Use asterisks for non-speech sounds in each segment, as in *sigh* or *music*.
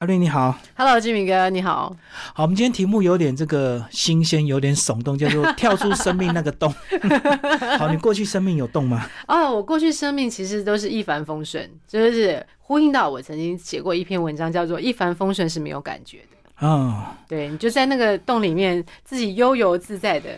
阿瑞你好， Hello，志明哥，你好。好，我们今天题目有点这个新鲜，有点耸动，叫 *laughs* 做跳出生命那个洞。好，你过去生命有洞吗？哦，我过去生命其实都是一帆风顺，就是呼应到我曾经写过一篇文章，叫做《一帆风顺是没有感觉的》。啊、对，你就在那个洞里面自己悠游自在的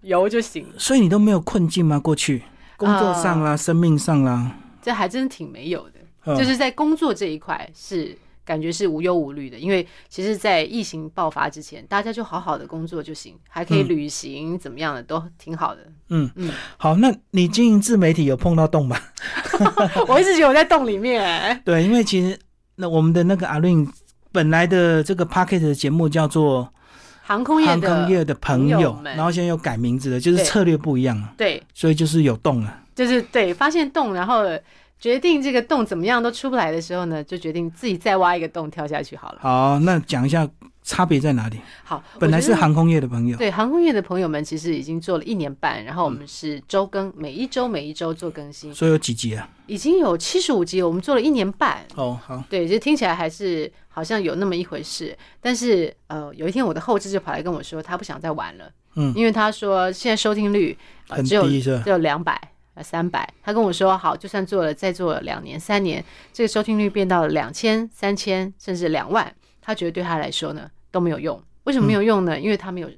游就行了，所以你都没有困境吗？过去工作上啦，生命上啦，这还真挺没有的。嗯呃就是在工作这一块是感觉是无忧无虑的，因为其实，在疫情爆发之前，大家就好好的工作就行，还可以嗯旅行，怎么样的都挺好的。 *laughs* 嗯嗯，好，那你经营自媒体有碰到洞 *laughs* 吗？我一直觉得我在洞里面，哎对，因为其实那我们的那个阿瑞本来的这个 p a c k e t 的节目叫做航空业航的空业的朋朋友友，们然后现在又改名字了，就是对策略不一样了，对，所以就是有洞了。就是对，发现洞，然后决定这个洞怎么样都出不来的时候呢，就决定自己再挖一个洞跳下去好了。好，那讲一下差别在哪里？好，本来是我觉得航空业的朋友，对航空业的朋友们，其实已经做了一年半，然后我们是周更，每一周每一周做更新，所以有几集啊？已经有七十五集了，我们做了一年半。哦，好，对，就听起来还是好像有那么一回事，但是呃，有一天我的后置就跑来跟我说，他不想再玩了，嗯因为他说现在收听率、呃、很只有低是吧？只有两百呃三百。他跟我说，好，就算做了再做了两年、三年，这个收听率变到了两千、三千，甚至两万，他觉得对他来说呢都没有用。为什么没嗯有用呢？因为他没有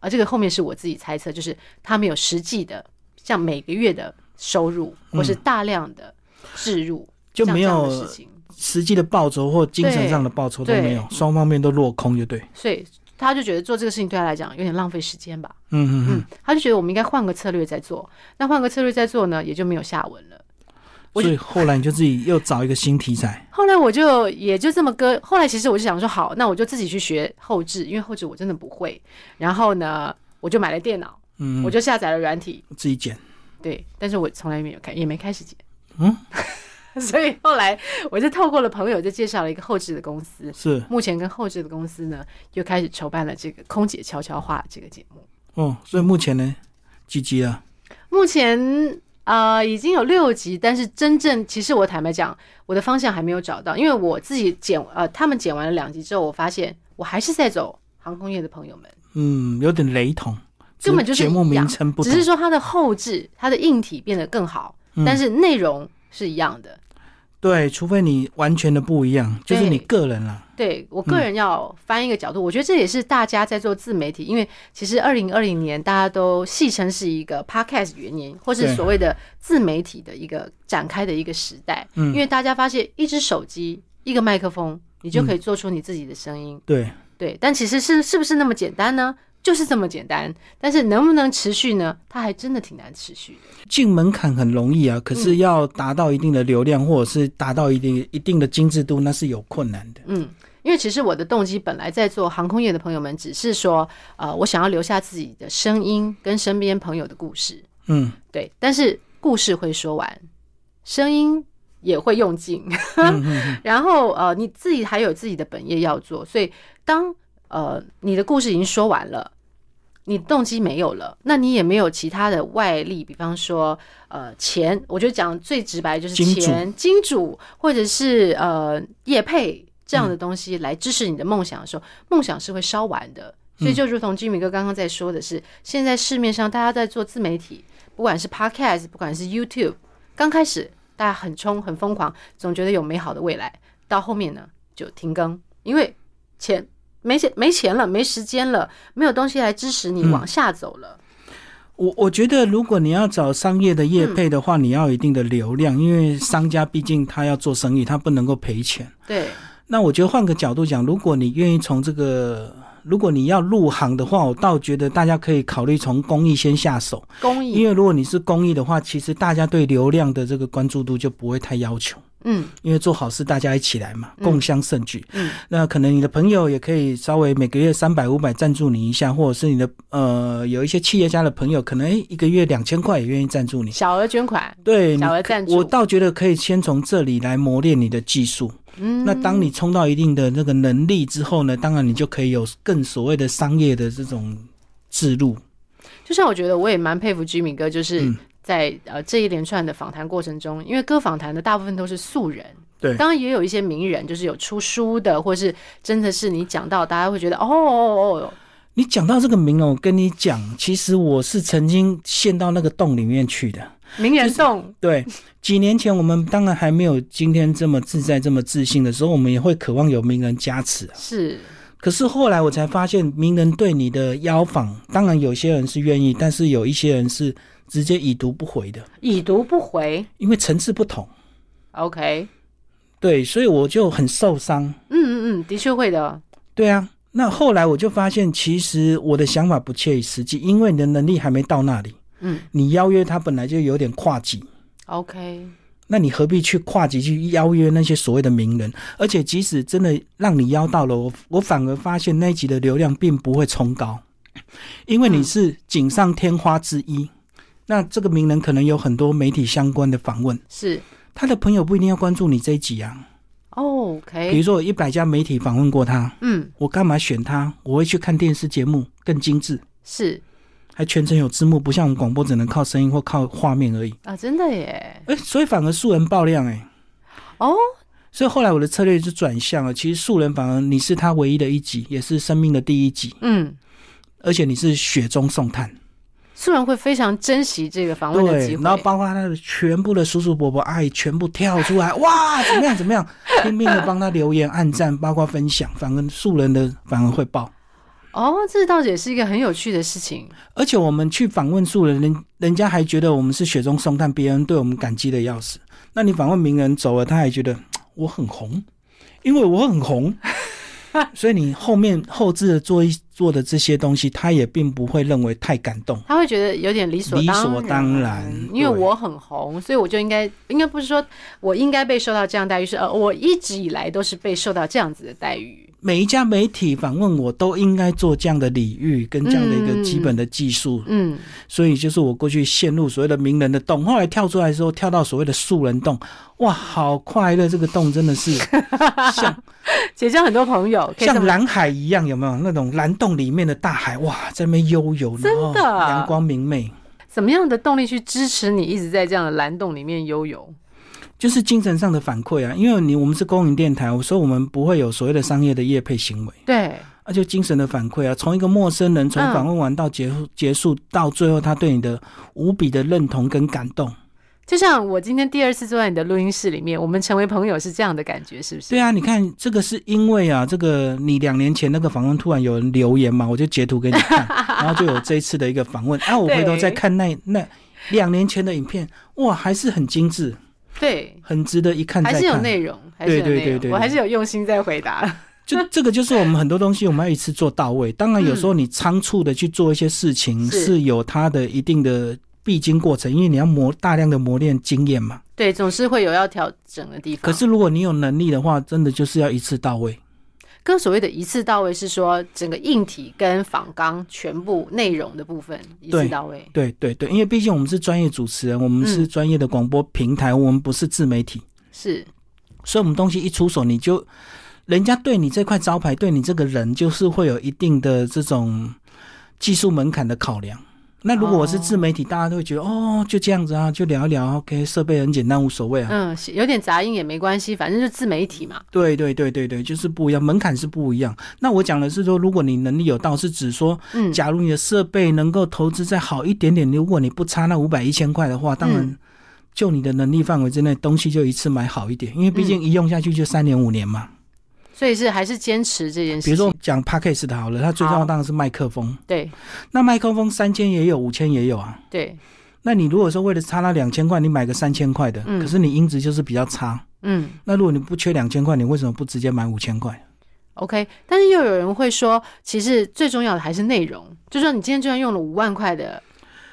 啊，这个后面是我自己猜测，就是他没有实际的，像每个月的收入，或是大量的置入，嗯就像没这样的有事情，实际的报酬或精神上的报酬都对没有，双方面都落空，就对。所以他就觉得做这个事情对他来讲有点浪费时间吧。嗯嗯嗯嗯，，他就觉得我们应该换个策略再做。那换个策略再做呢，也就没有下文了。我所以后来你就自己又找一个新题材，后来我就也就这么跟，后来其实我就想说，好，那我就自己去学后置，因为后置我真的不会。然后呢，我就买了电脑，嗯，我就下载了软体，自己剪。对，但是我从来没有开，也没开始剪，嗯， *laughs* 所以后来我就透过了朋友，就介绍了一个后置的公司。是，目前跟后置的公司呢，又开始筹办了这个“空姐悄悄话”这个节目。哦，所以目前呢，几集啊？目前呃已经有六集，但是真正其实我坦白讲，我的方向还没有找到，因为我自己剪呃他们剪完了两集之后，我发现我还是在走航空业的朋友们，嗯，有点雷同，根本就是只节目名称不只同，嗯是说它的后置、它的硬体变得更好，但是内容是一样的。对，除非你完全的不一样，就是对你个人啦。对我嗯个人要翻一个角度，我觉得这也是大家在做自媒体，因为其实二零二零年大家都戏称是一个 podcast 元年，或对是所谓的自媒体的一个展开的一个时代。嗯因为大家发现一只手机、一个麦克风，你就嗯可以做出你自己的声音。对，对，但其实是是不是那么简单呢？就是这么简单，但是能不能持续呢？它还真的挺难持续的。进门槛很容易啊，可嗯是要达到一定的流量，或者是达到一定一定的精致度，那是有困难的。嗯，因为其实我的动机本来在做航空业的朋友们，只是说，呃，我想要留下自己的声音跟身边朋友的故事。嗯，对，但是故事会说完，声音也会用尽， *laughs* 然后呃，你自己还有自己的本业要做，所以当呃你的故事已经说完了。你动机没有了，那你也没有其他的外力，比方说，呃，钱，我觉得讲最直白就是金主钱、金主或者是呃业配这嗯样的东西来支持你的梦想的时候，梦、想是会烧完的。所嗯以就如同 Jimmy 哥刚刚在说的是，现在市面上大家在做自媒体，不管是 Podcast，不管是 YouTube，刚开始大家很冲很疯狂，总觉得有美好的未来，到后面呢就停更，因为钱没钱没钱了，没时间了，没有东西来支持你嗯往下走了。我我觉得，如果你要找商业的业配的话，你要有一定的流量，因为商家毕竟他要做生意，他不能够赔钱。对，那我觉得换个角度讲，如果你愿意从这个，如果你要入行的话，我倒觉得大家可以考虑从公益先下手，公益，因为如果你是公益的话，其实大家对流量的这个关注度就不会太要求。嗯因为做好事大家一起来嘛，共襄盛举。嗯那可能你的朋友也可以稍微每个月三百五百赞助你一下，或者是你的呃有一些企业家的朋友，可能诶一个月两千块也愿意赞助你。小额捐款，对，你小额赞助，我倒觉得可以先从这里来磨练你的技术。嗯那当你冲到一定的那个能力之后呢，当然你就可以有更所谓的商业的这种制度。就像我觉得我也蛮佩服 Jimmy 哥，就是嗯在、呃这一连串的访谈过程中，因为哥访谈的大部分都是素人，对当然也有一些名人，就是有出书的，或是真的是你讲到，大家会觉得哦哦哦，哦你讲到这个名人，我跟你讲，其实我是曾经陷到那个洞里面去的。名人洞，对，几年前我们当然还没有今天这么自在、这么自信的时候，我们也会渴望有名人加持啊。是可是后来我才发现，名人对你的邀访，当然有些人是愿意，但是有一些人是直接已读不回的，已读不回因为层次不同。 ，OK，对，所以我就很受伤。嗯嗯嗯，的确会的，对啊，那后来我就发现，其实我的想法不切于实际，因为你的能力还没到那里，嗯你邀约他本来就有点跨级， ，OK，那你何必去跨级去邀约那些所谓的名人？而且即使真的让你邀到了，我我反而发现那一集的流量并不会冲高，因为你是锦上添花之一。那这个名人可能有很多媒体相关的访问，是他的朋友不一定要关注你这一集啊。哦比如，OK，说，有一百家媒体访问过他，嗯，我干嘛选他？我会去看电视节目，更精致，是还全程有字幕，不像我们广播只能靠声音或靠画面而已。啊，真的耶，哎、所以反而素人爆量哎、哦，所以后来我的策略就转向了，其实素人反而你是他唯一的一集，也是生命的第一集，嗯，而且你是雪中送炭。素人会非常珍惜这个访问的对机，会，然后包括他的全部的叔叔伯伯阿姨全部跳出来，哇，怎么样怎么样，拼命的帮他留言、按赞，包括分享，反而素人的反而会爆。哦，这倒也是一个很有趣的事情，而且我们去访问素人，人人家还觉得我们是雪中送炭，别人对我们感激的要死。那你访问名人走了，他还觉得我很红，因为我很红，所以你后面后置的做一做的这些东西，他也并不会认为太感动。他会觉得有点理所当然，嗯理所当然因为对我很红，所以我就应该，应该不是说我应该被受到这样待遇，是呃，我一直以来都是被受到这样子的待遇。每一家媒体访问我都应该做这样的礼遇跟这样的一个基本的技术，嗯，所以就是我过去陷入所谓的名人的洞，后来跳出来的时候跳到所谓的素人洞，哇，好快乐！这个洞真的是像结交很多朋友，可以这像么蓝海一样，有没有那种蓝洞里面的大海？哇，在那边悠游，然后真的阳光明媚，怎么样的动力去支持你一直在这样的蓝洞里面悠游？就是精神上的反馈啊。因为你我们是公营电台，我说我们不会有所谓的商业的业配行为，对，啊，就精神的反馈啊。从一个陌生人，从嗯访问完到结束、结束，到最后他对你的无比的认同跟感动。就像我今天第二次坐在你的录音室里面，我们成为朋友是这样的感觉，是不是？对啊，你看这个是因为啊，这个你两年前那个访问突然有人留言嘛，我就截图给你看，然后就有这一次的一个访问。啊，我回头再看那那两年前的影片，哇，还是很精致，对，很值得一看再还看。是有内容，还是有内容，对对对对我还是有用心在回答。 *laughs* 就这个就是我们很多东西我们要一次做到位。当然，有时候你仓促的去做一些事情，嗯是是有它的一定的必经过程，因为你要磨大量的磨练经验嘛。对，总是会有要调整的地方。可是如果你有能力的话，真的就是要一次到位。跟所谓的一次到位是说整个硬体跟访纲全部内容的部分一次到位。对对对，因为毕竟我们是专业主持人，我们是嗯专业的广播平台，我们不是自媒体，是所以我们东西一出手，你就人家对你这块招牌，对你这个人，就是会有一定的这种技术门槛的考量。那如果哦我是自媒体，大家都会觉得哦，就这样子啊，就聊一聊，OK，设备很简单，无所谓啊。嗯，是有点杂音也没关系，反正就自媒体嘛。对对对对对，就是不一样，门槛是不一样。那我讲的是说，如果你能力有到，是指说，嗯，假如你的设备能够投资再好一点点，如果你不差那五百一千块的话，当然嗯就你的能力范围之内，东西就一次买好一点，因为毕嗯竟一用下去就三年五年嘛。所以是还是坚持这件事比情。如说讲 p a c k a g e 的好了，它最重要好当然是麦克风，对那麦克风三千也有，五千也有啊。对，那你如果说为了差那两千块，你买个三千块的，嗯可是你音质就是比较差。嗯那如果你不缺两千块，你为什么不直接买五千块？ ，OK。但是又有人会说，其实最重要的还是内容，就说你今天就算用了五万块的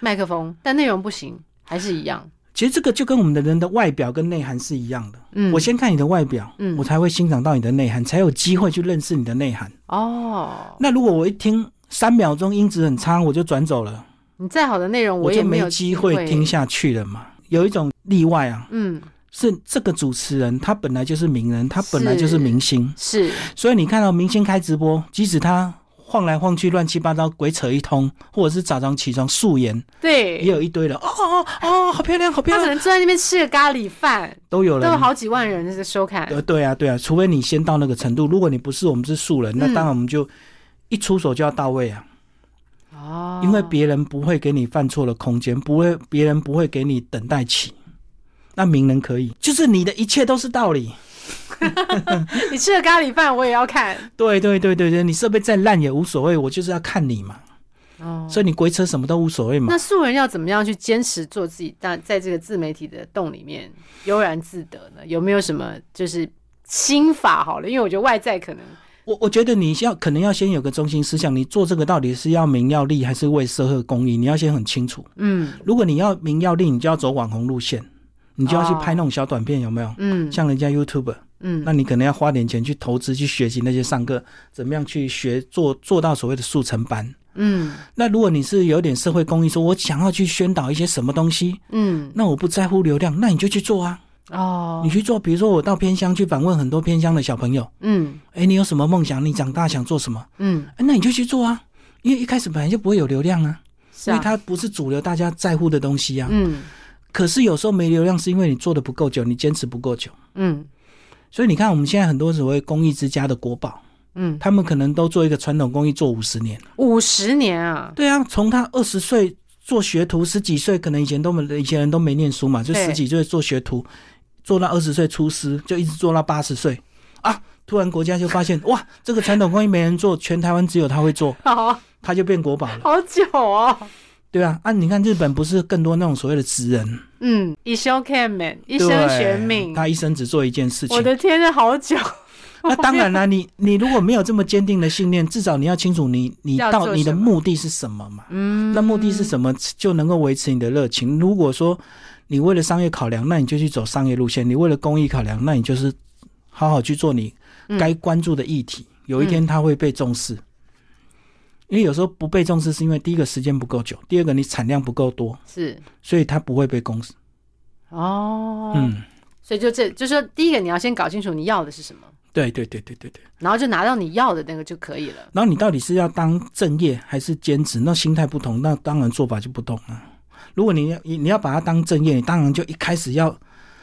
麦克风，但内容不行，还是一样。其实这个就跟我们的人的外表跟内涵是一样的。嗯，我先看你的外表，嗯我才会欣赏到你的内涵，才有机会去认识你的内涵。哦，那如果我一听三秒钟音质很差，我就转走了，你再好的内容我也就没没有机会听。下去了嘛。有一种例外啊，嗯，是这个主持人他本来就是名人，他本来就是明星，是所以你看到明星开直播，即使他晃来晃去、乱七八糟、鬼扯一通，或者是早上起床素颜，也对，有一堆人，哦哦哦，好漂亮，好漂他可亮，能坐在那边吃个咖喱饭，都有都有人。好几万人在收看。呃，对啊，对啊，除非你先到那个程度，如果你不是，我们是素人，那嗯当然我们就一出手就要到位啊，哦，因为别人不会给你犯错的空间，不会，别人不会给你等待期。那名人可以，就是你的一切都是道理。你吃了咖喱饭，我也要看。对对对对对，你设备再烂也无所谓，我就是要看你嘛，哦，所以你鬼扯什么都无所谓嘛。那素人要怎么样去坚持做自己？但在这个自媒体的洞里面悠然自得呢？有没有什么就是心法？好了，因为我觉得外在可能我我觉得你要可能要先有个中心思想，你做这个到底是要名要利还是为社会公益，你要先很清楚。嗯如果你要名要利，你就要走网红路线，你就要去哦拍那种小短片，有没有？嗯像人家 YouTube，嗯那你可能要花点钱去投资去学习那些上课，怎么样去学做做到所谓的速成班。嗯那如果你是有点社会公益，说我想要去宣导一些什么东西，嗯那我不在乎流量，那你就去做啊。哦你去做，比如说我到偏乡去访问很多偏乡的小朋友，嗯哎，你有什么梦想？你长大想做什么？嗯哎，那你就去做啊，因为一开始本来就不会有流量啊，是因为啊它不是主流大家在乎的东西啊。嗯可是有时候没流量，是因为你做的不够久，你坚持不够久。嗯所以你看，我们现在很多所谓公益之家的国宝，嗯他们可能都做一个传统公益做五十年。五十年啊对啊，从他二十岁做学徒，十几岁可能以前都没以前人都没念书嘛，就对十几岁做学徒，做到二十岁出师，就一直做到八十岁啊。突然国家就发现，哇，这个传统工艺没人做，全台湾只有他会做，好他就变国宝了，好久哦对啊，啊，你看日本不是更多那种所谓的职人，嗯一生看命一一生学命他一生只做一件事情我。的天呐好久那当然啦、你你如果没有这么坚定的信念，至少你要清楚你你要到做你的什么目的是什么嘛。嗯那目的是什么就能够维持你的热情？如果说你为了商业考量，那你就去走商业路线；你为了公益考量，那你就是好好去做你该嗯关注的议题。有一天它会被重视，因为有时候不被重视，是因为第一个时间不够久，第二个你产量不够多，是所以它不会被公视。哦嗯，所以就这就是说第一个你要先搞清楚你要的是什么。对对对对对对。然后就拿到你要的那个就可以了。然后你到底是要当正业还是兼职？那心态不同，那当然做法就不同了。如果你要你你要把它当正业，你当然就一开始要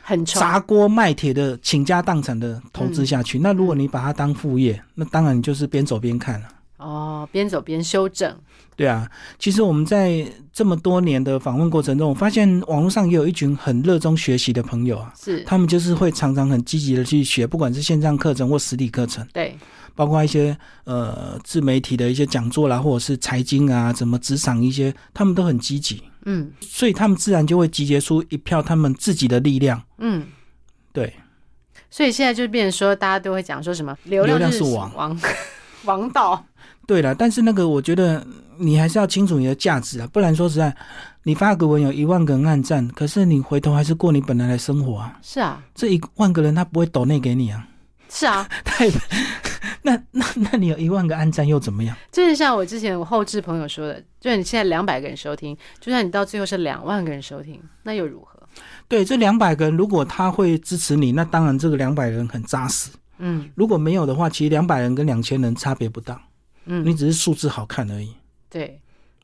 很冲，砸锅卖铁的倾家荡产的投资下去。那如果你把它当副业，那当然你就是边走边看了、啊哦，边走边修正，对啊，其实我们在这么多年的访问过程中，我发现网络上也有一群很热衷学习的朋友啊，是他们就是会常常很积极的去学，不管是线上课程或实体课程，对，包括一些呃自媒体的一些讲座啦，或者是财经啊，怎么职场一些，他们都很积极，嗯所以他们自然就会集结出一票他们自己的力量。嗯，对，所以现在就变成说，大家都会讲说什么流流量就是王王王 *laughs* 王道，对了，但是那个我觉得你还是要清楚你的价值啊，不然说实在，你发个文有一万个人按赞，可是你回头还是过你本来的生活啊。是啊这一万个人他不会抖内给你啊， *laughs* 是啊，太 *laughs* 那那那你有一万个按赞又怎么样？就是像我之前我后置朋友说的，就是你现在两百个人收听，就算你到最后是两万个人收听，那又如何？对，这两百个人如果他会支持你，那当然这个两百人很扎实。嗯如果没有的话，其实两百人跟两千人差别不大，你嗯，只是数字好看而已。对，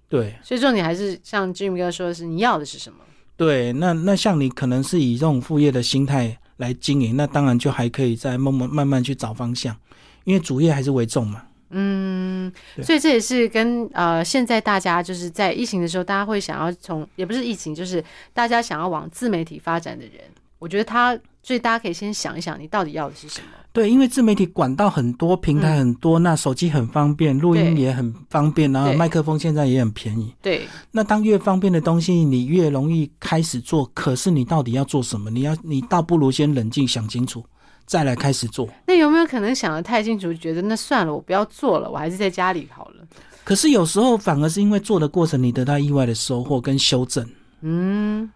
对所以重点还是像 Jim 哥说的是，你要的是什么？对，那那像你可能是以这种副业的心态来经营，那当然就还可以再慢慢慢慢去找方向，因为主业还是为重嘛。嗯，对所以这也是跟呃，现在大家就是在疫情的时候，大家会想要从也不是疫情，就是大家想要往自媒体发展的人，我觉得他，所以大家可以先想一想，你到底要的是什么？对，因为自媒体管道很多，平台很多，那手机很方便，录音对也很方便，然后对麦克风现在也很便宜。对，那当越方便的东西，你越容易开始做。可是你到底要做什么？你要你倒不如先冷静想清楚，再来开始做。那有没有可能想的太清楚，觉得那算了，我不要做了，我还是在家里好了？可是有时候反而是因为做的过程，你得到意外的收获跟修正。嗯，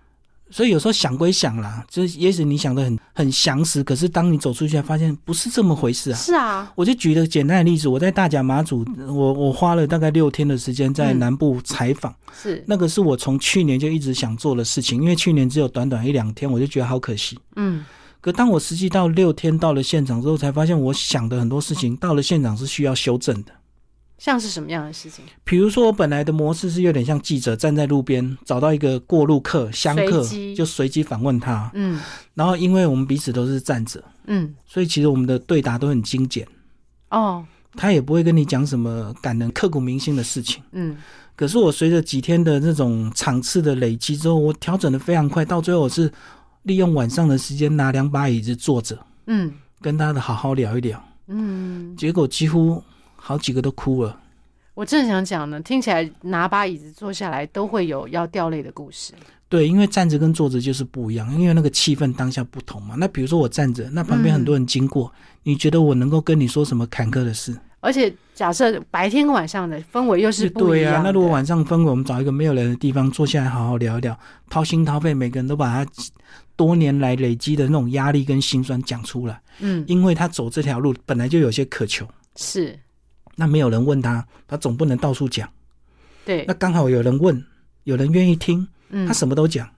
所以有时候想归想啦，就是也许你想的很很详实，可是当你走出去，发现不是这么回事啊。是啊，我就举一个简单的例子，我在大甲马祖，我我花了大概六天的时间在嗯南部采访，是，那个是我从去年就一直想做的事情，因为去年只有短短一两天，我就觉得好可惜。嗯可当我实际到六天到了现场之后，才发现我想的很多事情到了现场是需要修正的。像是什么样的事情？比如说，我本来的模式是有点像记者站在路边找到一个过路客、香客随机，就随机访问他。嗯然后，因为我们彼此都是站着，嗯，所以其实我们的对答都很精简，哦，他也不会跟你讲什么感人刻骨铭心的事情。嗯可是我随着几天的那种场次的累积之后，我调整的非常快，到最后我是利用晚上的时间拿两把椅子坐着，嗯跟他的好好聊一聊。嗯，结果几乎好几个都哭了。我正想讲呢，听起来拿把椅子坐下来都会有要掉泪的故事。对，因为站着跟坐着就是不一样，因为那个气氛当下不同嘛。那比如说我站着，那旁边很多人经过，你觉得我能够跟你说什么坎坷的事？而且假设白天跟晚上的氛围又是不一对样啊。的，那如果晚上氛围，我们找一个没有人的地方坐下来，好好聊一聊，掏心掏肺，每个人都把他多年来累积的那种压力跟心酸讲出来，嗯因为他走这条路本来就有些渴求，是那没有人问他，他总不能到处讲。对那，刚好有人问，有人愿意听，嗯他什么都讲。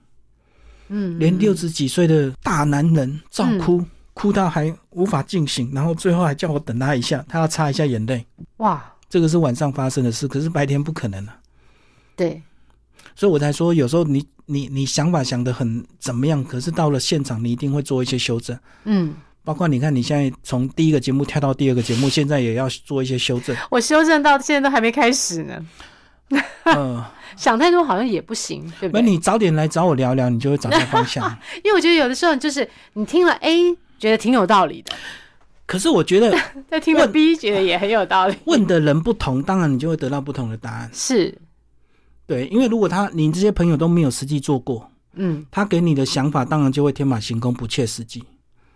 嗯连六嗯十几岁的大男人照哭，哭到还无法进行，然后最后还叫我等他一下，他要擦一下眼泪。哇这个是晚上发生的事，可是白天不可能啊，对所以我才说有时候你你你想法想得很怎么样，可是到了现场你一定会做一些修正，嗯，包括你看你现在从第一个节目跳到第二个节目，现在也要做一些修 *laughs* 正。我修正到现在都还没开始呢，嗯、想太多好像也不行，对不那对？你早点来找我聊聊，你就会找到方向。因为我觉得有的时候就是你听了 A 觉得挺有道理的，可是我觉得但听了问 B 觉得也很有道理，问的人不同，当然你就会得到不同的答案。是对，因为如果他你这些朋友都没有实际做过，嗯他给你的想法当然就会天马行空、不切实际，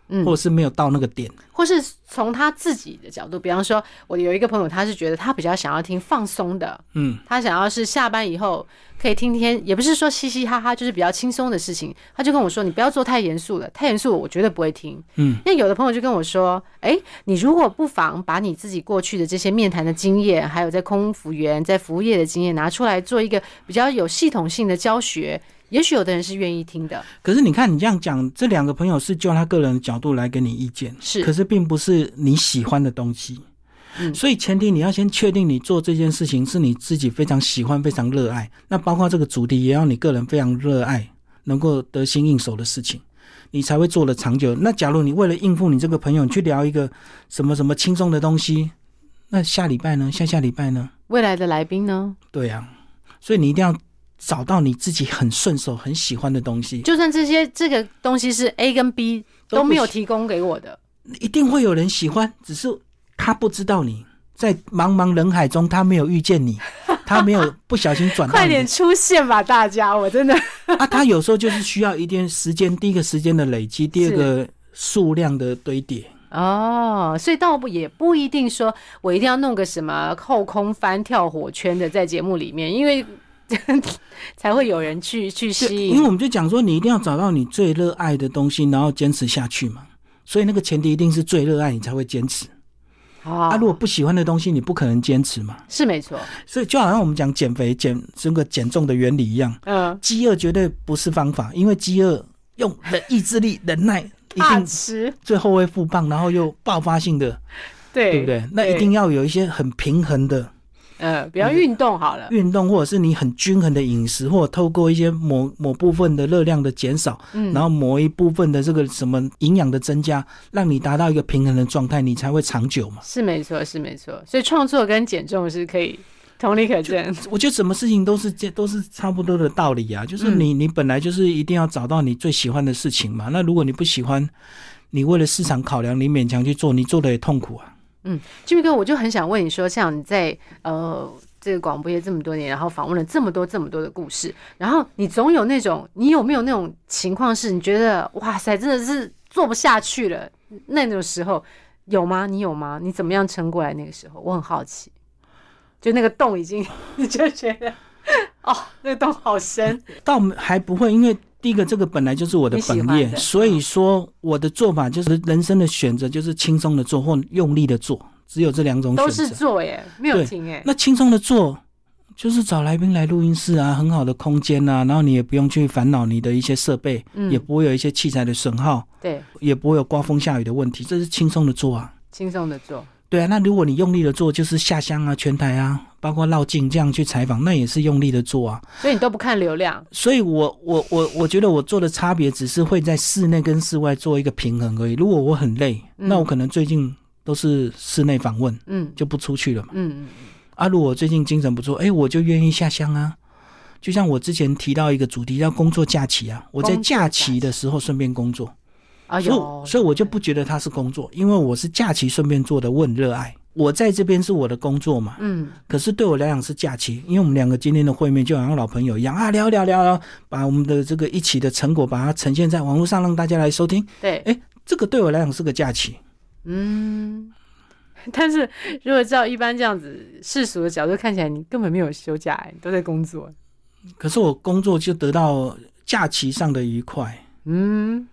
嗯或，者是没有到那个点。或是从他自己的角度，比方说，我有一个朋友，他是觉得他比较想要听放松的，嗯，他想要是下班以后可以听听，也不是说嘻嘻哈哈，就是比较轻松的事情。他就跟我说，你不要做太严肃了，太严肃我绝对不会听。嗯，那有的朋友就跟我说，哎，你如果不妨把你自己过去的这些面谈的经验，还有在空服员、在服务业的经验拿出来做一个比较有系统性的教学，也许有的人是愿意听的。可是你看，你这样讲，这两个朋友是就他个人的角度来给你意见，是可是并不是你喜欢的东西。嗯所以前提你要先确定你做这件事情是你自己非常喜欢、非常热爱，那包括这个主题也要你个人非常热爱，能够得心应手的事情，你才会做得长久。那假如你为了应付你这个朋友，你去聊一个什么什么轻松的东西，那下礼拜呢？下下礼拜呢？未来的来宾呢，对呀、所以你一定要找到你自己很顺手、很喜欢的东西，就算这些这个东西是 A 跟 B 都都没有不行提供给我的，一定会有人喜欢，只是他不知道你在茫茫人海中，他没有遇见 *laughs* 你，他没有不小心转到快你点出现吧，大家，*laughs* 我真的啊。他有时候就是需要一定时间，第一个时间的累积，第二个数量的堆叠。哦，所以倒不也不一定说我一定要弄个什么后空翻、跳火圈的在节目里面，因为 *laughs* 才会有人去去对，吸因为引。我们就讲说，你一定要找到你最热爱的东西，然后坚持下去嘛。所以那个前提一定是最热爱，你才会坚持。哦啊，如果不喜欢的东西，你不可能坚持嘛。是没错，所以就好像我们讲减肥减这个减重的原理一样，嗯，饥饿绝对不是方法，因为饥饿用忍意志力、忍耐，一怕定吃，最后会复胖，然后又爆发性的，对对不对？那一定，要有一些很平衡的嗯，比方运动好了，运动，或者是你很均衡的饮食，或者透过一些某某部分的热量的减少，嗯然后某一部分的这个什么营养的增加，让你达到一个平衡的状态，你才会长久嘛。是没错，是没错，所以创作跟减重是可以同理可证，我觉得什么事情都是这都是差不多的道理啊，嗯就是你你本来就是一定要找到你最喜欢的事情嘛。那如果你不喜欢，你为了市场考量，你勉强去做，你做的也痛苦啊。俊明哥，我就很想问你说，像你在呃这个广播业这么多年，然后访问了这么多这么多的故事，然后你总有那种，你有没有那种情况是你觉得哇塞，真的是做不下去了那种时候，有吗？你有吗？你怎么样撑过来那个时候？我很好奇，就那个洞已经， *laughs* 你就觉得哦，那个洞好深，倒还不会，因为第一个这个本来就是我的你喜本欢业，的嗯所以说我的做法就是人生的选择就是轻松的做或用力的做，只有这两种都选是择。做耶，没有对停耶，那轻松的做。就是找来宾来录音室啊，很好的空间啊，然后你也不用去烦恼你的一些设备，嗯也不会有一些器材的损耗，对，也不会有刮风下雨的问题，这是轻松的做啊。轻松的做，对啊，那如果你用力的做，就是下乡啊、全台啊，包括绕境这样去采访，那也是用力的做啊。所以你都不看流量，所以我我我我觉得我做的差别只是会在室内跟室外做一个平衡而已。如果我很累，嗯那我可能最近都是室内访问，嗯就不出去了嘛。嗯嗯啊，如果我最近精神不错，哎，我就愿意下乡啊。就像我之前提到一个主题叫工作假期啊，我在工作假假期的时候顺便工作，啊所以有，所以我就不觉得它是工作，因为我是假期顺便做的，我很热爱。我在这边是我的工作嘛，嗯可是对我来讲是假期，因为我们两个今天的会面就好像老朋友一样啊，聊一聊聊一聊，把我们的这个一起的成果把它呈现在网络上，让大家来收听。对哎这个对我来讲是个假期，嗯。 *laughs* 但是如果照一般这样子世俗的角度看起来，你根本没有休假、你都在工作。可是我工作就得到假期上的愉快。嗯，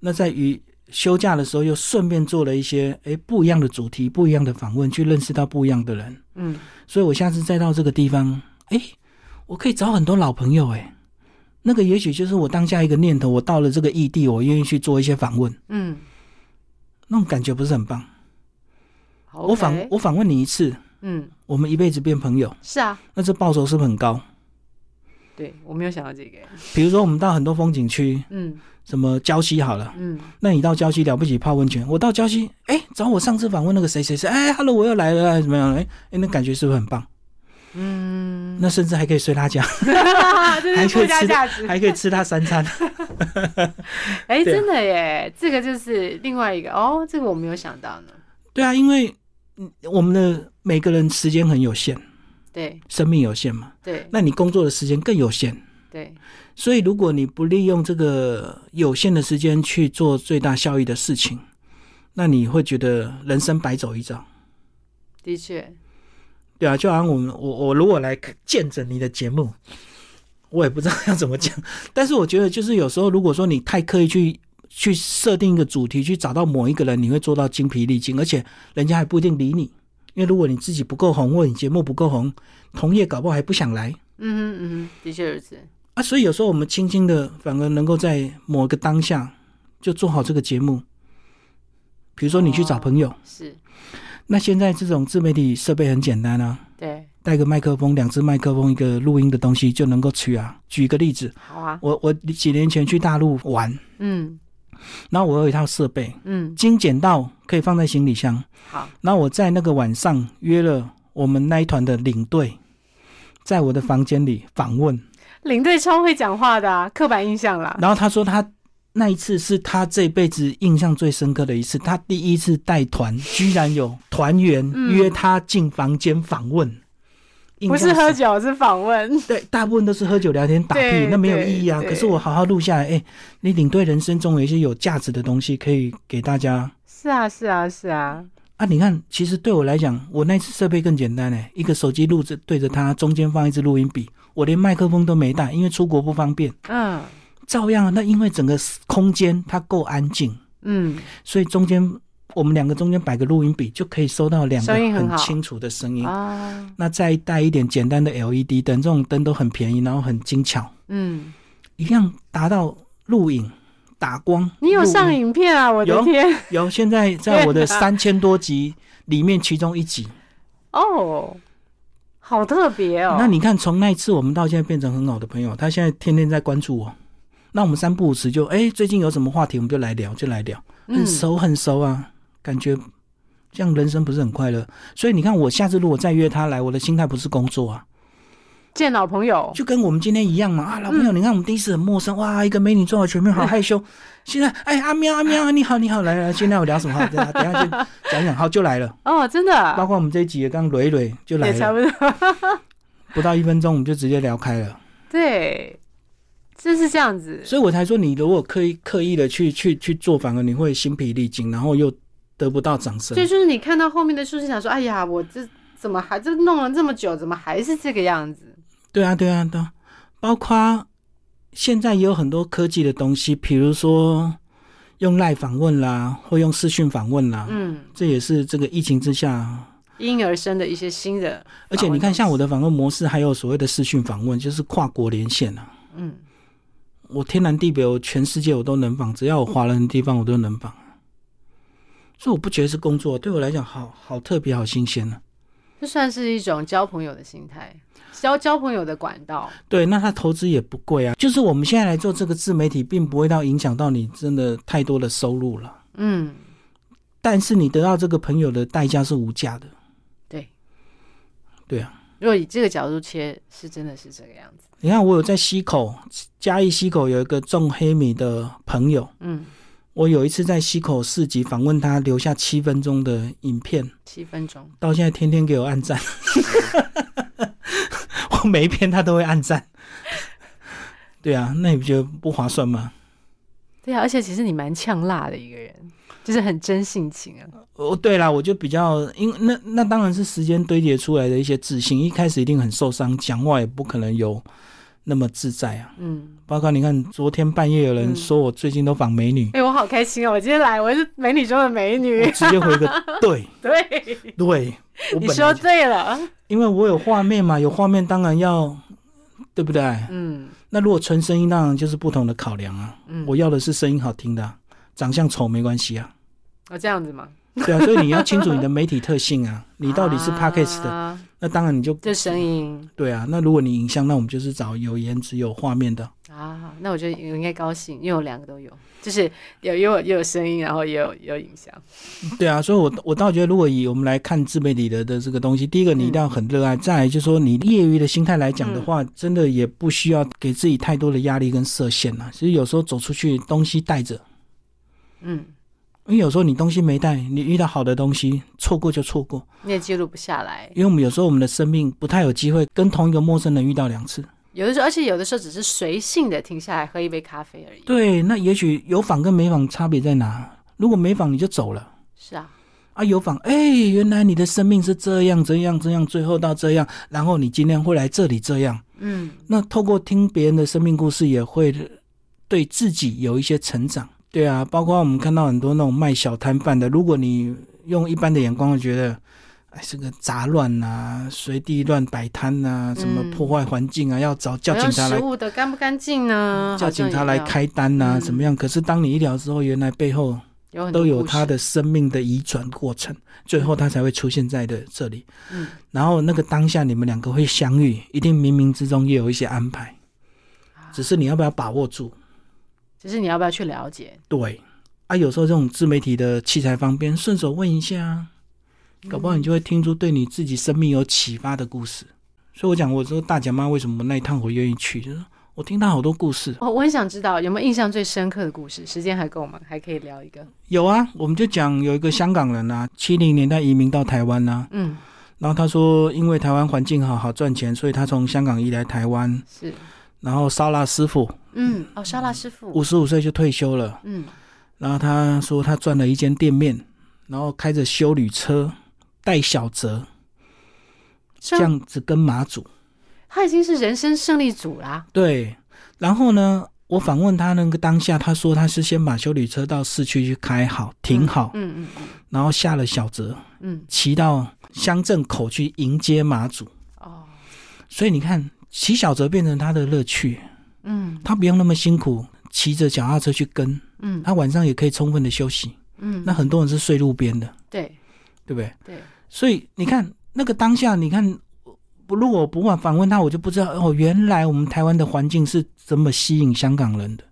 那在于休假的时候，又顺便做了一些哎不一样的主题、不一样的访问，去认识到不一样的人。嗯，所以我下次再到这个地方，哎，我可以找很多老朋友哎。那个也许就是我当下一个念头，我到了这个异地，我愿意去做一些访问，嗯，那种感觉不是很棒。好我访 OK 我访问你一次，嗯，我们一辈子变朋友，是啊，那这报酬是不是很高？对我没有想到这个，比如说我们到很多风景区，嗯什么礁溪好了，嗯那你到礁溪了不起泡温泉，我到礁溪，哎，找我上次访问那个谁谁谁，哎，hello，我又来了，哎怎么样？哎哎，那感觉是不是很棒？嗯，那甚至还可以睡他家，还 *laughs* 这是可附以加吃价值，还可以吃他三餐。哎，对啊真的耶，这个就是另外一个哦，这个我没有想到呢。对啊，因为嗯我们的每个人时间很有限，对生命有限嘛，对那你工作的时间更有限，对，所以如果你不利用这个有限的时间去做最大效益的事情，那你会觉得人生白走一遭。的确，对啊，就好像我们我我如果来见证你的节目，我也不知道要怎么讲， *laughs* 但是我觉得就是有时候如果说你太刻意去。去设定一个主题，去找到某一个人，你会做到精疲力尽，而且人家还不一定理你，因为如果你自己不够红，或者你节目不够红，同业搞不好还不想来嗯哼嗯哼，的确如此。啊。所以有时候我们轻轻的，反而能够在某个当下就做好这个节目。比如说你去找朋友，是，那现在这种自媒体设备很简单啊，对，带个麦克风、两只麦克风、一个录音的东西就能够去啊。举个例子，好啊，我我几年前去大陆玩，嗯然后我有一套设备，嗯，精简到可以放在行李箱。好，然后我在那个晚上约了我们那一团的领队，在我的房间里访问。领队超会讲话的、啊，刻板印象啦。然后他说他那一次是他这辈子印象最深刻的一次，他第一次带团，居然有团员嗯约他进房间访问。印不象是喝深酒，是访问。对，大部分都是喝酒聊天打屁对，那没有意义啊。对可是我好好录下来，哎、你领队人生中有一些有价值的东西可以给大家 *laughs* 是啊，是啊，是啊，啊。你看，其实对我来讲，我那次设备更简单嘞、哎一个手机录着对着它，中间放一支录音笔，我连麦克风都没带，因为出国不方便。嗯照样啊，那因为整个空间它够安静，嗯，所以中间我们两个中间摆个录音笔，就可以收到两个声音很很好清楚的声音。啊，那再带一点简单的 LED 灯，这种灯都很便宜，然后很精巧。嗯，一样达到录影、打光。你有上录影？影片啊？我的有天，有，现在在 *laughs* 我的天三千多集里面，其中一集。哦，好特别哦。那你看，从那一次我们到现在变成很好的朋友，他现在天天在关注我。那我们三不五时就哎、最近有什么话题，我们就来聊，就来聊，很嗯熟很熟啊，感觉这样人生不是很快乐。所以你看，我下次如果再约他来，我的心态不是工作啊，见老朋友，就跟我们今天一样嘛啊，老嗯朋友，你看我们第一次很陌生，哇，一个美女坐我前面，好害羞。现在，哎，阿喵阿喵，你好你好，来来，现在我聊什么 *laughs* 好？等一下等一下就讲讲，好就来了。哦，真包的括我们这一集也刚蕊蕊就来也了，差不多。 *laughs* 不到一分钟我们就直接聊开了，对，就是这样子。所以我才说你如果刻意刻意的去去去做，反而你会心疲力尽，然后又得不到掌声所。以就是你看到后面的数字，想说，哎呀，我这怎么还这弄了这么久，怎么还是这个样子？对啊对啊对啊，包括现在也有很多科技的东西，比如说用赖访问啦，或用视讯访问啦，嗯，这也是这个疫情之下，因而生的一些新的，而且你看，像我的，的访问模式，还有所谓的视讯访问，就是跨国连线啊。嗯，我天南地北，我全世界我都能访，只要有华人的地方我都能访。所以我不觉得是工作，对我来讲好好特别，好新鲜呢、啊这算是一种交朋友的心态，交交朋友的管道。对，那它投资也不贵啊。就是我们现在来做这个自媒体，并不会到影响到你真的太多的收入了。嗯，但是你得到这个朋友的代价是无价的。对。对啊，如果以这个角度切，是真的是这个样子。你看我有在溪口嘉义溪口有一个种黑米的朋友，嗯，我有一次在溪口市集访问他，留下七分钟的影片，七分钟，到现在天天给我按赞。 *laughs* 我每一篇他都会按赞。对啊，那你不觉得不划算吗？对啊，而且其实你蛮呛辣的一个人，就是很真性情啊。哦，对啦，我就比较，因为那那当然是时间堆叠出来的一些自信，一开始一定很受伤，讲话也不可能有那么自在啊。嗯，包括你看，昨天半夜有人嗯说我最近都仿美女，哎、我好开心哦！我今天来，我是美女中的美女我。直接回一 *laughs* 个对对，对，我你哦本说来对了。因为我有画面嘛，有画面当然要，对不对？嗯那如果纯声音，当然就是不同的考量啊。嗯，我要的是声音好听的啊、长相丑没关系啊。我哦这样子嘛。对啊，所以你要清楚你的媒体特性 *laughs* 啊，你到底是 podcast 的，啊那当然你就这声音对啊，那如果你影像，那我们就是找有颜值、有画面的。啊，那我觉得我应该高兴，因为我两个都有，就是有也有也有声音，然后也有也有影像。对啊，所以我我倒觉得，如果以我们来看自媒体的的这个东西，第一个你一定要很热爱，再来就是说你业余的心态来讲的话，嗯真的也不需要给自己太多的压力跟设限啊。其实有时候走出去，东西带着，嗯，因为有时候你东西没带，你遇到好的东西，错过就错过。你也记录不下来。因为我们有时候我们的生命不太有机会跟同一个陌生人遇到两次。有的时候，而且有的时候只是随性的停下来喝一杯咖啡而已。对，那也许有访跟没访差别在哪？如果没访你就走了。是啊，啊，有访，哎、原来你的生命是这样这样这样，最后到这样，然后你今天会来这里这样。嗯，那透过听别人的生命故事，也会对自己有一些成长。对啊，包括我们看到很多那种卖小摊贩的，如果你用一般的眼光，会觉得，哎，这个杂乱呐、随地乱摆摊呐，什么嗯破坏环境啊，要找叫好像警察来食，物的干不干净呢？叫好像警也察来要，开单呐、嗯怎么样？可是当你一聊之后，原来背后有很多都有故事他的生命的移转过程，最后他才会出现在的这里。嗯，然后那个当下你们两个会相遇，一定冥冥之中也有一些安排，啊只是你要不要把握住？只是你要不要去了解？对，啊，有时候这种自媒体的器材方便，顺手问一下啊，搞不好你就会听出对你自己生命有启发的故事。所以我讲，我说大甲妈为什么那一趟我愿意去，就是我听到好多故事。哦我我很想知道有没有印象最深刻的故事？时间还够吗？还可以聊一个。有啊，我们就讲有一个香港人啊，七零年代移民到台湾啊，嗯，然后他说，因为台湾环境好，好赚钱，所以他从香港移来台湾。是，然后烧腊师傅嗯，哦，沙拉师傅，五十五岁就退休了。嗯，然后他说，他赚了一间店面，然后开着修旅车带小泽，这这样样子跟马祖。他已经是人生胜利组啦。对，然后呢，我访问他那个当下，他说他是先把修旅车到市区去开好停好，嗯嗯然后下了小泽，嗯，骑到乡镇口去迎接马祖。哦，所以你看，骑小泽变成他的乐趣。嗯他不用那么辛苦，骑着脚踏车去跟，嗯他晚上也可以充分的休息。嗯，那很多人是睡路边的，对对不对？对，所以你看那个当下，你看，不如果我不访问他，我就不知道哦，原来我们台湾的环境是怎么吸引香港人的。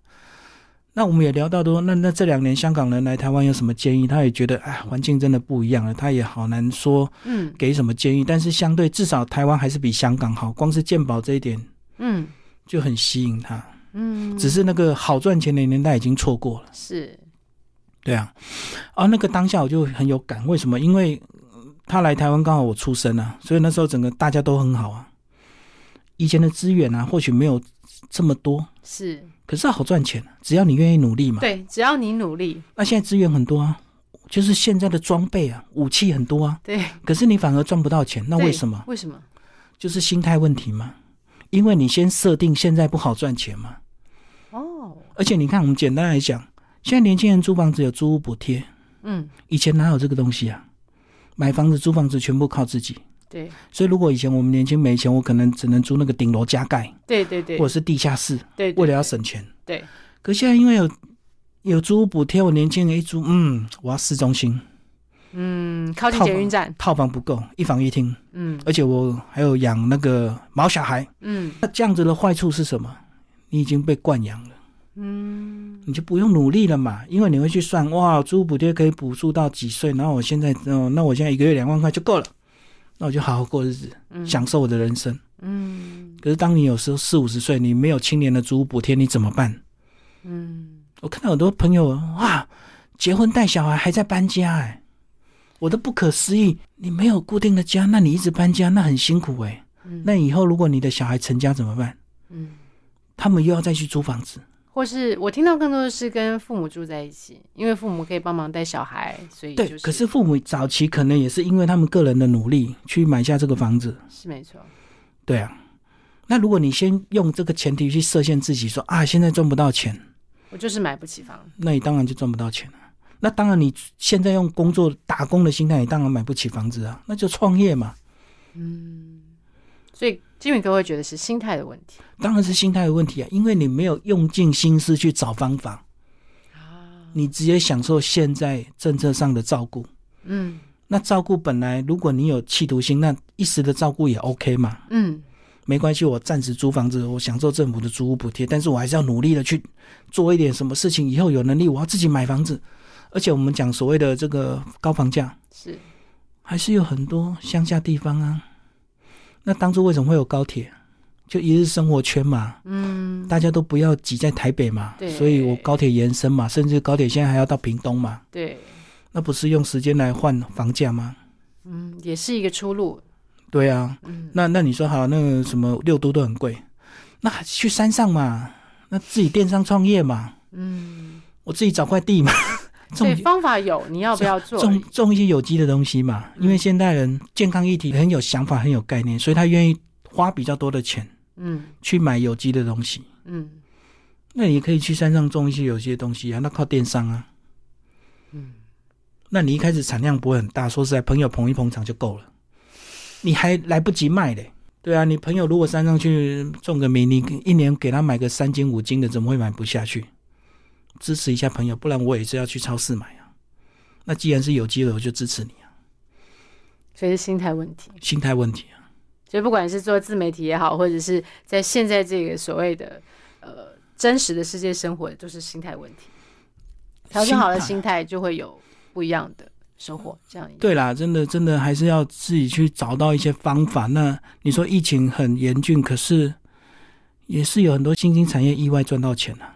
那我们也聊到说，那那这两年香港人来台湾有什么建议？他也觉得，哎，环境真的不一样了，他也好难说嗯给什么建议。但是相对至少台湾还是比香港好，光是健保这一点嗯就很吸引他。嗯，只是那个好赚钱的年代已经错过了。是，对啊，啊，那个当下我就很有感，为什么？因为呃他来台湾刚好我出生啊，所以那时候整个大家都很好啊。以前的资源啊，或许没有这么多，是可是好赚钱，啊只要你愿意努力嘛。对，只要你努力，那现在资源很多啊，就是现在的装备啊、武器很多啊，对，可是你反而赚不到钱，那对为什么？为什么？就是心态问题嘛。因为你先设定现在不好赚钱嘛，哦，而且你看，我们简单来讲，现在年轻人租房子有租屋补贴，嗯，以前哪有这个东西啊？买房子、租房子全部靠自己。对所以，如果以前我们年轻没钱，我可能只能租那个顶楼加盖，对对对或者是地下室，对，为了要对省钱。对，可现在因为有有租屋补贴，我年轻人一租，嗯，我要市中心，嗯，靠近捷运站，套房不够，一房一厅，嗯而且我还有养那个毛小孩。嗯那这样子的坏处是什么？你已经被惯养了，嗯，你就不用努力了嘛，因为你会去算，哇，租补贴可以补助到几岁，然后我现在，哦，那我现在一个月两万块就够了，那我就好好过日子，嗯享受我的人生。嗯可是当你有时候四五十岁，你没有青年的租补贴，你怎么办？嗯，我看到很多朋友哇，结婚带小孩还在搬家、哎，我都不可思议。你没有固定的家，那你一直搬家，那很辛苦哎、嗯那以后如果你的小孩成家怎么办？嗯，他们又要再去租房子，或是我听到更多的是跟父母住在一起，因为父母可以帮忙带小孩，所以对。就是可是父母早期可能也是因为他们个人的努力去买下这个房子，是没错，对啊。那如果你先用这个前提去设限自己说啊，现在赚不到钱，我就是买不起房，那你当然就赚不到钱了。那当然，你现在用工作打工的心态，你当然买不起房子啊，那就创业嘛。所以金宇哥会觉得是心态的问题当然是心态的问题啊，因为你没有用尽心思去找方法，啊，你直接享受现在政策上的照顾。嗯那照顾本来如果你有企图心，那一时的照顾也 OK 嘛，嗯没关系，我暂时租房子，我享受政府的租屋补贴，但是我还是要努力的去做一点什么事情，以后有能力我要自己买房子。而且我们讲所谓的这个高房价，是还是有很多乡下地方啊。那当初为什么会有高铁？就一日生活圈嘛，嗯大家都不要挤在台北嘛对，所以我高铁延伸嘛，甚至高铁现在还要到屏东嘛，对那不是用时间来换房价吗？嗯也是一个出路，对啊，嗯那那你说好，那个什么六都都很贵，那去山上嘛，那自己电商创业嘛，嗯，我自己找块地嘛，所种以方法有，你要不要做而种已？种一些有机的东西嘛，嗯因为现代人健康议题很有想法，很有概念，所以他愿意花比较多的钱嗯去买有机的东西。嗯那你可以去山上种一些有些东西啊，那靠电商啊。嗯，那你一开始产量不会很大，说实在，朋友捧一捧场就够了，你还来不及卖嘞。对啊，你朋友如果山上去种个名，你一年给他买个三斤五斤的，怎么会买不下去？支持一下朋友，不然我也是要去超市买啊。那既然是有机的，我就支持你啊，所以是心态问题。心态问题啊。所以不管是做自媒体也好，或者是在现在这个所谓的呃真实的世界生活，都是心态问题。调整好了心态，就会有不一样的收获。这样一对啦，真的真的还是要自己去找到一些方法。那你说疫情很严峻，可是也是有很多新兴产业意外赚到钱啊。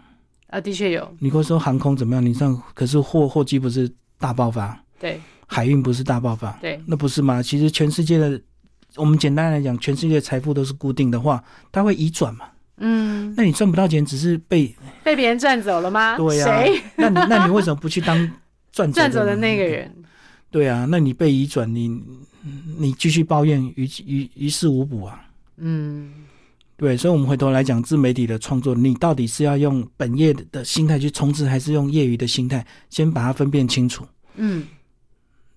啊，的确有你跟我说航空怎么样？你上可是货货机不是大爆发，对海运不是大爆发，对，那不是吗？其实全世界的，我们简单来讲，全世界的财富都是固定的话，它会移转嘛。嗯，那你赚不到钱，只是被被别人赚走了吗？对呀、啊谁 *laughs* 那你那你为什么不去当赚赚走的的那个？人？对啊，那你被移转，你你继续抱怨，于于于事无补啊。嗯对，所以，我们回头来讲自媒体的创作，你到底是要用本业的的心态去冲刺，还是用业余的心态？先把它分辨清楚。嗯，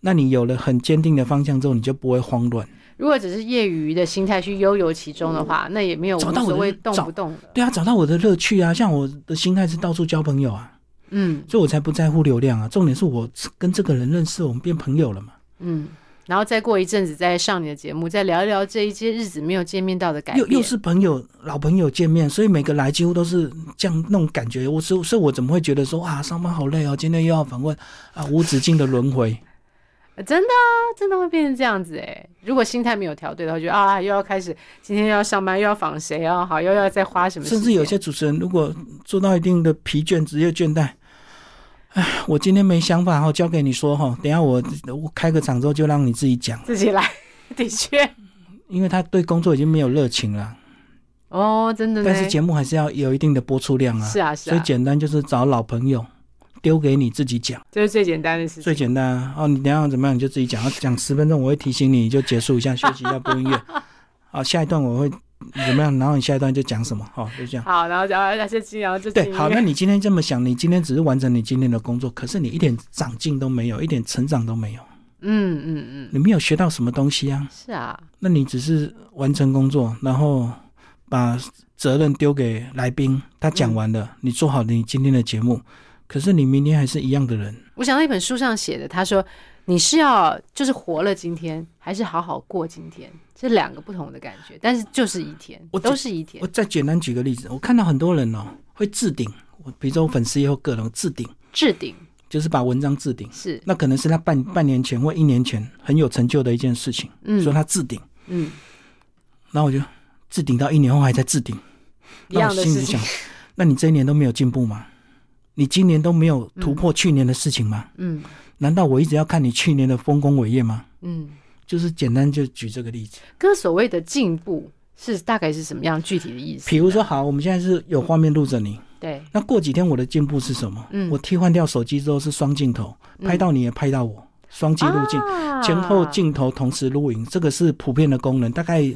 那你有了很坚定的方向之后，你就不会慌乱。如果只是业余的心态去悠游其中的话，那也没有嗯无找到我的所谓动找不动的。对啊，找到我的乐趣啊！像我的心态是到处交朋友啊，嗯所以我才不在乎流量啊。重点是我跟这个人认识，我们变朋友了嘛。嗯，然后再过一阵子再上你的节目，再聊一聊这一些日子没有见面到的改又变。又是朋友，老朋友见面，所以每个来几乎都是这样那种感觉。我所以所以我怎么会觉得说啊，上班好累哦，今天又要访问 *laughs* 啊，无止境的轮回。呃真的啊，真的会变成这样子哎、如果心态没有调对的话，觉得啊又要开始，今天又要上班，又要访谁啊，好又要再花什么时间，甚至有些主持人如果做到一定的疲倦、职业倦怠，哎，我今天没想法哈，交给你说哈，等一下我我开个场之后就让你自己讲。自己来， *laughs* 的确因为他对工作已经没有热情了，哦，真的呢，但是节目还是要有一定的播出量啊。是啊是所以啊，简单就是找老朋友，丢给你自己讲，这是最简单的事最情，简单啊。哦，你等一下怎么样你就自己讲，要讲十分钟，我会提醒你，你就结束一下，休息一下播音乐。 *laughs* 好，下一段我会怎么样？然后你下一段就讲什么？好，就这样。好，然后然后然后就然后就对，好，进那入你今天这么想，你今天只是完成你今天的工作，可是你一点长进都没有，一点成长都没有，嗯嗯嗯，你没有学到什么东西啊。是啊，那你只是完成工作，然后把责任丢给来宾，他讲完了，你做好你今天的节目，可是你明天还是一样的人。我想到一本书上写的，他说你是要就是活了今天，还是好好过今天？这两个不同的感觉，但是就是一天，我都是一天我。再简单举个例子，我看到很多人哦会置顶，我比如说我粉丝也有个人哦置顶，置顶就是把文章置顶，是，那可能是他半半年前或一年前很有成就的一件事情，所嗯以他置顶，嗯，然后我就置顶到一年后还在置顶，一那我样的心事里情想，，那你这一年都没有进步吗？你今年都没有突破去年的事情吗？嗯难道我一直要看你去年的丰功伟业吗？嗯。就是简单就举这个例子，哥所谓的进步是大概是什么样具体的意思？比如说，好，我们现在是有画面录着你，对，那过几天我的进步是什么？嗯我替换掉手机之后是双镜头，嗯拍到你也拍到我，双记录镜，啊前后镜头同时录影，这个是普遍的功能，大概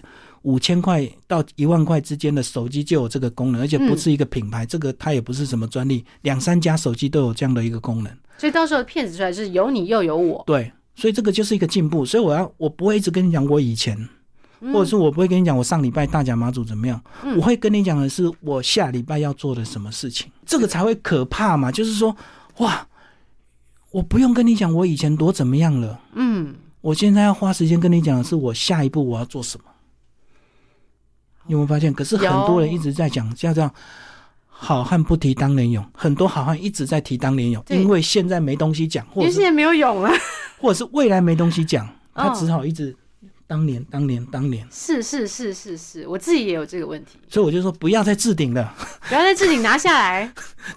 五千块到一万块之间的手机就有这个功能，而且不嗯是一个品牌，这个它也不是什么专利，两三家手机都有这样的一个功能。所以到时候骗子出来就是有你又有我，对，所以这个就是一个进步。所以我要，我不会一直跟你讲我以前，嗯或者是我不会跟你讲我上礼拜大甲马祖怎么样，嗯我会跟你讲的是我下礼拜要做的什么事情，这个才会可怕嘛。就是说，哇，我不用跟你讲我以前多怎么样了，嗯，我现在要花时间跟你讲的是我下一步我要做什么。你有没有发现？可是很多人有一直在讲，像这样。好汉不提当年勇，很多好汉一直在提当年勇，对因为现在没东西讲，因或者为是现在没有勇了， *laughs* 或者是未来没东西讲，他嗯只好一直当年当年当年。是是是是是，我自己也有这个问题，所以我就说不要再置顶了， *laughs* 不要再自己拿下来，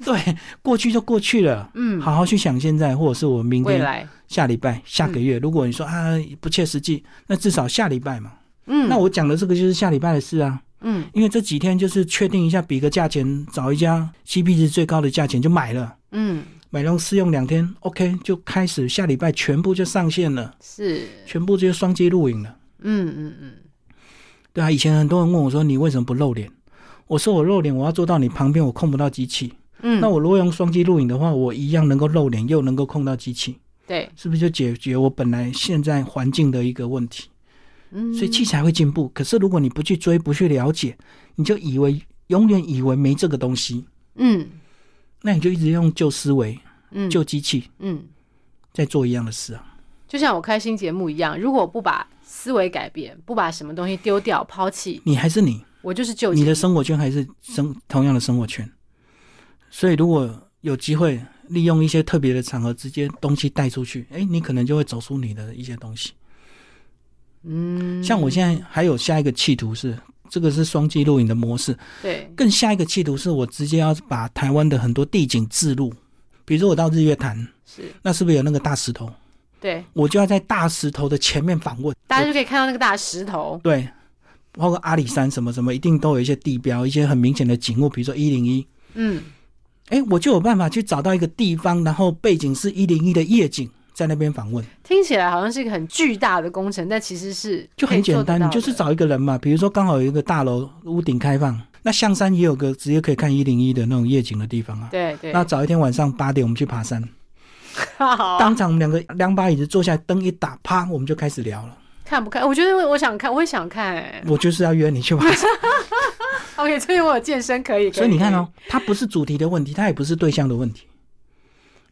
对，过去就过去了，嗯，好好去想现在，或者是我明未天、来，嗯下礼拜、下个月。如果你说啊不切实际，那至少下礼拜嘛。嗯，那我讲的这个就是下礼拜的事啊，嗯因为这几天就是确定一下，比个价钱，找一家 CP 值最高的价钱就买了，嗯买了试用两天，OK 就开始下礼拜全部就上线了，是，全部就双机录影了。嗯嗯嗯，对啊，以前很多人问我说你为什么不露脸？我说我露脸，我要做到你旁边我控不到机器。嗯，那我如果用双击录影的话，我一样能够露脸，又能够控到机器，对，是不是就解决我本来现在环境的一个问题？嗯，所以器材会进步，可是如果你不去追，不去了解，你就以为永远以为没这个东西，嗯那你就一直用旧思维、嗯旧机器嗯，在做一样的事啊。就像我开新节目一样，如果我不把思维改变，不把什么东西丢掉抛弃，你还是你，我就是旧你的情生活圈还是生同样的生活圈，所以如果有机会利用一些特别的场合，直接东西带出去，哎、你可能就会走出你的一些东西。嗯，像我现在还有下一个企图是，这个是双机录影的模式，对，更下一个企图是我直接要把台湾的很多地景置入，比如说我到日月潭，是，那是不是有那个大石头？对，我就要在大石头的前面访问，大家就可以看到那个大石头，对，包括阿里山什么什么，一定都有一些地标，一些很明显的景物，比如说一零一。嗯，哎，我就有办法去找到一个地方，然后背景是一零一的夜景，在那边访问，听起来好像是一个很巨大的工程，但其实是就可以很做简得单，你到就是的找一个人嘛，比如说刚好有一个大楼屋顶开放，那象山也有个直接可以看一零一的那种夜景的地方啊。对对，那找一天晚上八点，我们去爬山，好当场我们两个两把椅子坐下来，灯一打，啪，我们就开始聊了。看不看？我觉得我我想看，我也想看、 *laughs* 欸。我就是要约你去爬 *laughs* 山， OK，所以我有健身可以，可所以你看哦，，它不是主题的问题，它也不是对象的问题，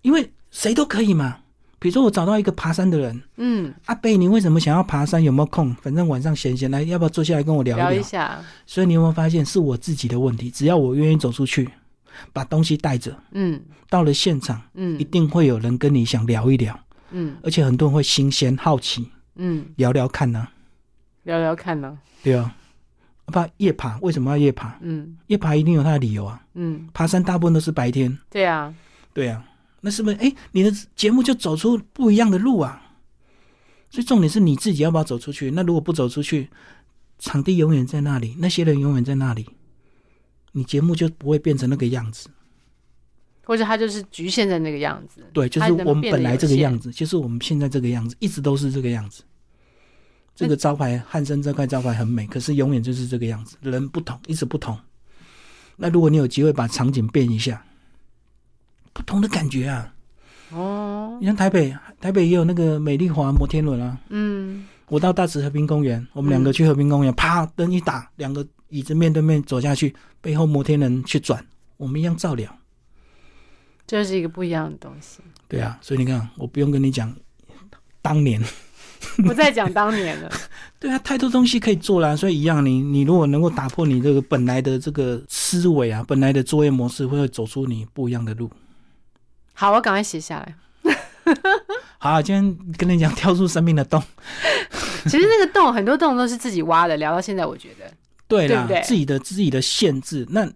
因为谁都可以嘛。比如说我找到一个爬山的人，可以嗯，阿啊贝，你为什么想要爬山？有没有空？反正晚上闲闲来，要不要坐下来跟我聊聊一一聊？下，所以你有没有发现是我自己的问题？只要我愿意走出去，把东西带着，嗯到了现场，一嗯定会有人跟你想聊一聊，嗯而且很多人会新鲜好奇，嗯，聊聊看呢、聊聊看呢，对啊，怕夜爬为什么要夜爬？嗯夜爬一定有它的理由啊。嗯，爬山大部分都是白天，对啊，对啊，那是不是？哎，你的节目就走出不一样的路啊。所以重点是你自己要不要走出去。那如果不走出去，场地永远在那里，那些人永远在那里，你节目就不会变成那个样子。或者他就是局限在那个样子，对，就它是能我们变得本来有这个限样子，就是我们现在这个样子，一直都是这个样子。这个招牌，汉森这块招牌很美，可是永远就是这个样子，人不同，一直不同。那如果你有机会把场景变一下，不同的感觉啊！哦，你像台北，台北也有那个美丽华摩天轮啊。嗯我到大池和平公园，我们两个去和平公园，啪灯一打，两个椅子面对面走下去，背后摩天轮去转，我们一样照聊。这是一个不一样的东西，嗯对啊，所以你看，我不用跟你讲当年，不再讲当 *laughs* 年了。对啊，太多东西可以做啦，所以一样你，你如果能够打破你这个本来的这个思维啊，本来的作业模式，会走出你不一样的路。好，我赶快写下来。好、啊今天跟你讲跳出生命的洞， *laughs* 其实那个洞很多洞都是自己挖的，聊到现在我觉得对啦，对不对自己的自己的限制，那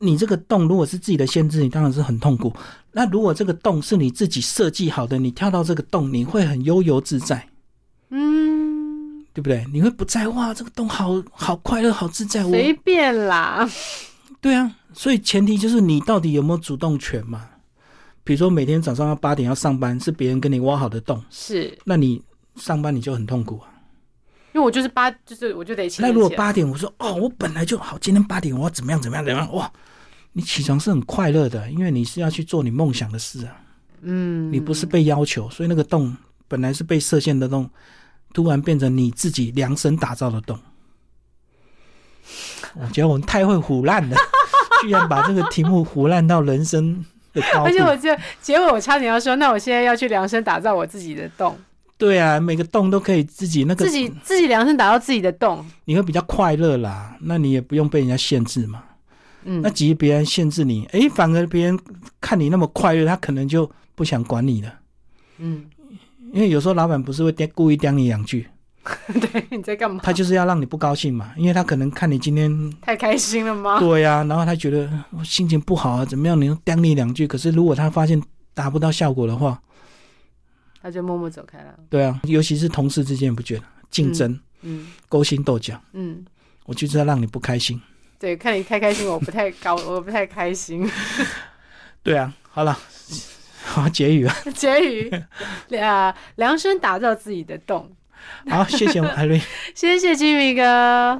你这个洞如果是自己的限制，你当然是很痛苦。那如果这个洞是你自己设计好的，你跳到这个洞，你会很悠游自在。嗯，对不对？你会不在乎哇，这个洞好好快乐，好自在。我随便啦。 *laughs* 对啊，所以前提就是你到底有没有主动权嘛？比如说每天早上要八点要上班，是别人跟你挖好的洞，是那你上班你就很痛苦啊。因为我就是八，就是我就得起。那如果八点我说哦，我本来就好，今天八点我要怎么样怎么样怎么样哇，你起床是很快乐的，因为你是要去做你梦想的事啊，嗯，你不是被要求，所以那个洞本来是被设限的洞，突然变成你自己量身打造的洞。我觉得我们太会胡烂了， *laughs* 居然把这个题目胡烂到人生的高而且我度。这结尾我差点要说，那我现在要去量身打造我自己的洞，对啊，每个洞都可以自己那个自，己自己量身打造自己的洞。你会比较快乐啦，那你也不用被人家限制嘛。嗯那，即使别人限制你，诶，反而别人看你那么快乐，他可能就不想管你了。嗯， *laughs* 因为有时候老板不是会刁故意刁你两句，对，你在干嘛？他就是要让你不高兴嘛，因为他可能看你今天太开心了吗？对呀、然后他觉得我心情不好啊，怎么样？你又刁你两句，可是如果他发现达不到效果的话，他就默默走开了。对啊，尤其是同事之间，你不觉得竞争、嗯勾心斗角，嗯，我就是要让你不开心。对，看你太开心，我不太高， *laughs* 我不太开心。对啊，好了，好结语啊，结语， *laughs* 啊，量身打造自己的洞。好，谢谢我们艾瑞。 *laughs* 谢谢金明哥。